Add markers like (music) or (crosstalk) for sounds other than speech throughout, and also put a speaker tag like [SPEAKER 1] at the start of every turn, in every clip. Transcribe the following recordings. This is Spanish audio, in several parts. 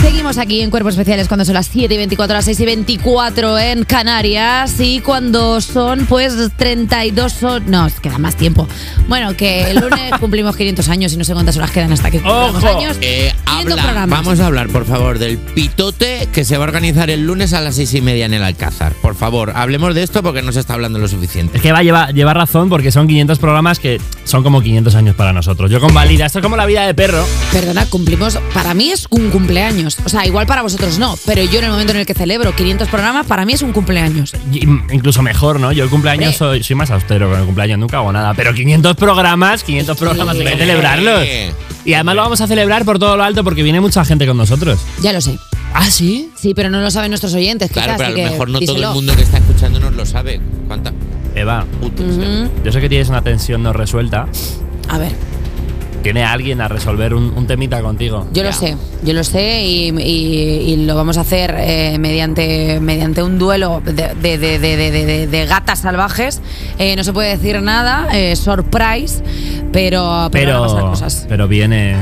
[SPEAKER 1] Seguimos aquí en Cuerpos Especiales cuando son las 7 y 24, las 6 y 24 en Canarias y cuando son pues 32 horas... No, es queda más tiempo. Bueno, que el
[SPEAKER 2] (laughs)
[SPEAKER 1] lunes cumplimos 500 años y no sé cuántas horas quedan hasta que cumplamos
[SPEAKER 3] Ojo.
[SPEAKER 1] años.
[SPEAKER 2] Eh,
[SPEAKER 1] 500
[SPEAKER 2] habla-
[SPEAKER 1] programas.
[SPEAKER 2] vamos a hablar, por favor, del pitote que se va a organizar el lunes a las seis y media en el Alcázar. Por favor, hablemos de esto porque no se está hablando lo suficiente.
[SPEAKER 3] Es que va, lleva, lleva razón porque son 500 programas que son como 500 años para nosotros. Yo convalida, esto es como la vida de perro.
[SPEAKER 1] Perdona, cumplimos... Para mí es un cumpleaños. O sea, igual para vosotros no, pero yo en el momento en el que celebro 500 programas, para mí es un cumpleaños.
[SPEAKER 3] Y- Incluso mejor, ¿no? Yo el cumpleaños soy, soy más austero con el cumpleaños, nunca hago nada. Pero 500 programas, 500 programas, hay que
[SPEAKER 2] Hombre.
[SPEAKER 3] celebrarlos. Y además lo vamos a celebrar por todo lo alto porque viene mucha gente con nosotros.
[SPEAKER 1] Ya lo sé.
[SPEAKER 3] ¿Ah, sí?
[SPEAKER 1] Sí, pero no lo saben nuestros oyentes.
[SPEAKER 2] Claro,
[SPEAKER 1] quizás,
[SPEAKER 2] pero a
[SPEAKER 1] así
[SPEAKER 2] lo
[SPEAKER 1] que
[SPEAKER 2] mejor no todo
[SPEAKER 1] díselo.
[SPEAKER 2] el mundo que está escuchándonos lo sabe. ¿Cuánta
[SPEAKER 3] Eva,
[SPEAKER 2] puta
[SPEAKER 3] yo sé que tienes una tensión no resuelta.
[SPEAKER 1] A ver.
[SPEAKER 3] ¿Tiene alguien a resolver un, un temita contigo?
[SPEAKER 1] Yo lo
[SPEAKER 2] Ya.
[SPEAKER 1] sé, yo lo sé y, y- y lo vamos a hacer eh, mediante, mediante un duelo de, de- de- de- de- de- de- de gatas salvajes. Eh, no se puede decir nada, eh, surprise, pero, pero, van a pasar
[SPEAKER 3] Pero,
[SPEAKER 1] cosas.
[SPEAKER 3] pero viene.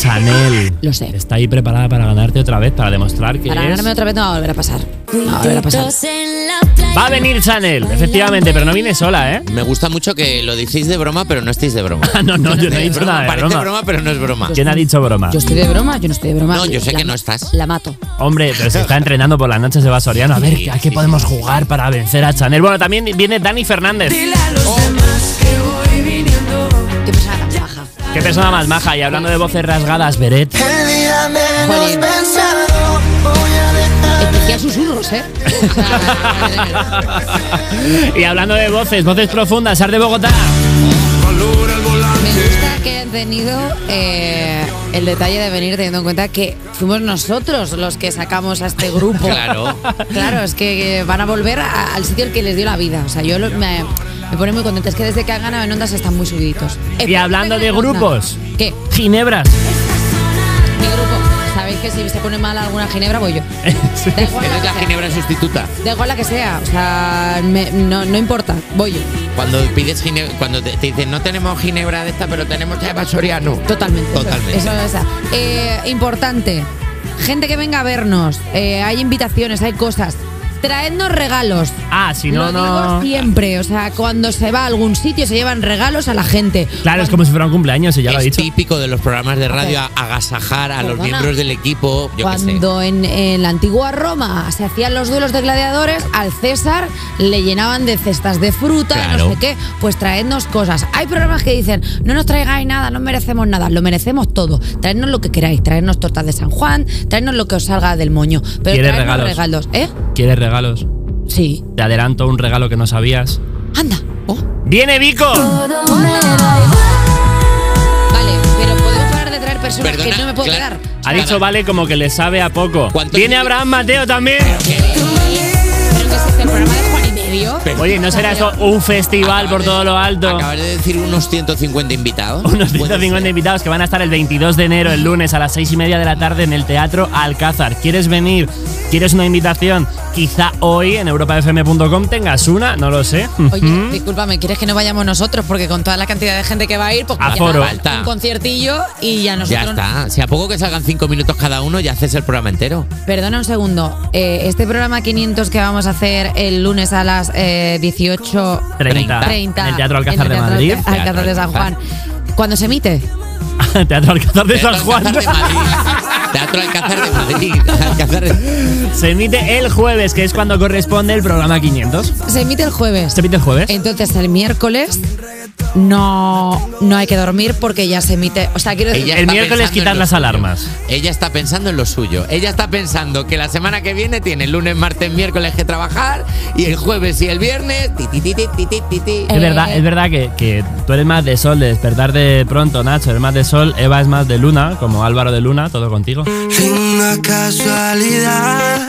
[SPEAKER 3] Chanel.
[SPEAKER 1] Lo sé.
[SPEAKER 3] Está ahí preparada para ganarte otra vez, para demostrar que.
[SPEAKER 1] Para
[SPEAKER 3] es-
[SPEAKER 1] ganarme otra vez no va a volver a pasar. No va a volver a pasar.
[SPEAKER 3] Va a venir Chanel, efectivamente, pero no viene sola, ¿eh? (laughs)
[SPEAKER 2] Me gusta mucho que lo decís de broma, pero no estáis de broma.
[SPEAKER 3] Ah, no, no, yo no he
[SPEAKER 2] De
[SPEAKER 3] dicho
[SPEAKER 2] broma,
[SPEAKER 3] nada de
[SPEAKER 2] parece
[SPEAKER 3] broma.
[SPEAKER 2] broma, pero no es broma.
[SPEAKER 3] ¿Quién ha dicho broma?
[SPEAKER 1] Yo estoy de broma, yo no estoy de broma.
[SPEAKER 2] No, yo sé
[SPEAKER 1] La
[SPEAKER 2] que no
[SPEAKER 1] ma-
[SPEAKER 2] estás.
[SPEAKER 1] La mato.
[SPEAKER 3] Hombre, pero se está entrenando por la noche, se va a Soriano. A ver,
[SPEAKER 2] Sí,
[SPEAKER 3] ¿a qué
[SPEAKER 2] sí,
[SPEAKER 3] podemos jugar para vencer a Chanel? Bueno, también viene Dani Fernández.
[SPEAKER 1] Qué persona tan baja.
[SPEAKER 3] Qué persona más maja. Y hablando de voces
[SPEAKER 1] (laughs)
[SPEAKER 3] rasgadas, Beret. (laughs)
[SPEAKER 1] Jolín. Especial susurros, ¿eh? (laughs) O sea, madre mía.
[SPEAKER 3] y hablando de voces, voces profundas, Ar de Bogotá.
[SPEAKER 1] Me gusta que hayan tenido eh, el detalle de venir teniendo en cuenta que fuimos nosotros los que sacamos a este
[SPEAKER 3] (laughs)
[SPEAKER 1] grupo.
[SPEAKER 2] Claro.
[SPEAKER 1] Claro, es que eh, van a volver a- al sitio el que les dio la vida. O sea, yo lo- me, me pone muy contenta. Es que desde que han ganado en ondas están muy subiditos.
[SPEAKER 3] Y hablando de grupos.
[SPEAKER 1] ¿Qué? (laughs)
[SPEAKER 3] Ginebras.
[SPEAKER 1] Mi grupo. Sabéis que si se pone mal alguna ginebra voy
[SPEAKER 3] (laughs)
[SPEAKER 1] yo. Da igual la
[SPEAKER 2] Eres
[SPEAKER 1] que
[SPEAKER 2] la
[SPEAKER 1] sea.
[SPEAKER 2] ginebra sustituta.
[SPEAKER 1] Da igual la que sea. O sea, me- no, no importa. Voy yo.
[SPEAKER 2] Cuando pides ginebra, cuando te, te dicen no tenemos ginebra de esta, pero tenemos Eva Soriano.
[SPEAKER 1] Totalmente.
[SPEAKER 2] Totalmente.
[SPEAKER 1] Eso, eso, esa. Eh, importante. Gente que venga a vernos. Eh, hay invitaciones, hay cosas. Traednos regalos.
[SPEAKER 3] Ah, si no,
[SPEAKER 1] Lo digo
[SPEAKER 3] no.
[SPEAKER 1] siempre. O sea, cuando se va a algún sitio se llevan regalos a la gente.
[SPEAKER 3] Claro, es como si fuera un cumpleaños y ya lo he
[SPEAKER 2] es
[SPEAKER 3] dicho.
[SPEAKER 2] típico de los programas de radio a- agasajar a los
[SPEAKER 1] Perdona.
[SPEAKER 2] miembros del equipo. Yo qué sé.
[SPEAKER 1] Cuando en, en la antigua Roma se hacían los duelos de gladiadores, al César le llenaban de cestas de fruta,
[SPEAKER 2] Claro.
[SPEAKER 1] no sé qué, pues traednos cosas. Hay programas que dicen, no nos traigáis nada, no merecemos nada, lo merecemos todo. Traednos lo que queráis, traednos tortas de San Juan, traednos lo que os salga del moño. Pero
[SPEAKER 3] ¿Quieres
[SPEAKER 1] traednos
[SPEAKER 3] regalos?
[SPEAKER 1] regalos, ¿eh?
[SPEAKER 3] ¿Quieres regalos?
[SPEAKER 1] Sí.
[SPEAKER 3] Te adelanto un regalo que no sabías.
[SPEAKER 1] Anda. Oh.
[SPEAKER 3] ¡Viene Vico!
[SPEAKER 1] Vale, pero podemos parar de traer personas
[SPEAKER 2] Perdona,
[SPEAKER 1] que no me puedo
[SPEAKER 2] claro.
[SPEAKER 1] quedar.
[SPEAKER 3] Ha dicho Vale como que le sabe a poco.
[SPEAKER 2] ¿Cuántos
[SPEAKER 3] Viene
[SPEAKER 2] minutos?
[SPEAKER 3] Abraham Mateo también.
[SPEAKER 1] Pero que es este, el programa de Juan y medio.
[SPEAKER 2] Pero-
[SPEAKER 3] Oye, ¿no será esto un festival por todo lo alto?
[SPEAKER 2] Acabas de decir unos 150 invitados.
[SPEAKER 3] Unos
[SPEAKER 2] Puede
[SPEAKER 3] 150
[SPEAKER 2] ser.
[SPEAKER 3] invitados que van a estar el 22 de enero, el lunes, a las 6 y media de la tarde en el Teatro Alcázar. ¿Quieres venir? ¿Quieres una invitación? Quizá hoy en europafm.com tengas una, no lo sé. (laughs)
[SPEAKER 1] Oye, discúlpame, ¿quieres que no vayamos nosotros? Porque con toda la cantidad de gente que va a ir, pues ya
[SPEAKER 3] Aforo.
[SPEAKER 1] va,
[SPEAKER 2] Falta.
[SPEAKER 1] un conciertillo y ya
[SPEAKER 2] Ya
[SPEAKER 1] nosotros.
[SPEAKER 2] está. Si a poco que salgan 5 minutos cada uno, ya haces el programa entero.
[SPEAKER 1] Perdona un segundo. eh, este programa 500 que vamos a hacer el lunes a las eh, 18.30
[SPEAKER 3] 30.
[SPEAKER 1] 30,
[SPEAKER 3] En el Teatro
[SPEAKER 1] en
[SPEAKER 3] Alcázar
[SPEAKER 1] el
[SPEAKER 3] de
[SPEAKER 1] Teatro
[SPEAKER 3] Madrid.
[SPEAKER 1] Alca- Alcázar de San Juan. ¿Cuándo se emite?
[SPEAKER 3] (laughs) Teatro Alcázar de San Juan.
[SPEAKER 2] Teatro Alcázar de Madrid. Teatro Alcázar de Madrid.
[SPEAKER 3] (laughs)
[SPEAKER 2] Alcázar de-
[SPEAKER 3] Se emite el jueves, que es cuando corresponde el programa 500.
[SPEAKER 1] Se emite el jueves.
[SPEAKER 3] ¿Se emite el
[SPEAKER 2] Eh,
[SPEAKER 3] jueves?
[SPEAKER 1] Entonces el miércoles no, no hay que dormir porque ya se emite. O sea, quiero decir.
[SPEAKER 2] Ella
[SPEAKER 3] El
[SPEAKER 2] está
[SPEAKER 3] miércoles
[SPEAKER 2] pensando en
[SPEAKER 3] quitas
[SPEAKER 2] lo
[SPEAKER 3] las
[SPEAKER 2] suyo.
[SPEAKER 3] alarmas.
[SPEAKER 2] Ella está pensando en lo suyo. Ella está pensando que la semana que viene tiene lunes, martes, miércoles que trabajar y el jueves y el viernes. ti, ti, ti, ti, ti, ti, ti, ti.
[SPEAKER 1] Eh,
[SPEAKER 3] Es verdad, es verdad que, que tú eres más de sol, de despertar de pronto, Nacho, eres más de sol, Eva es más de luna, como Álvaro de Luna, todo contigo.
[SPEAKER 4] Una casualidad.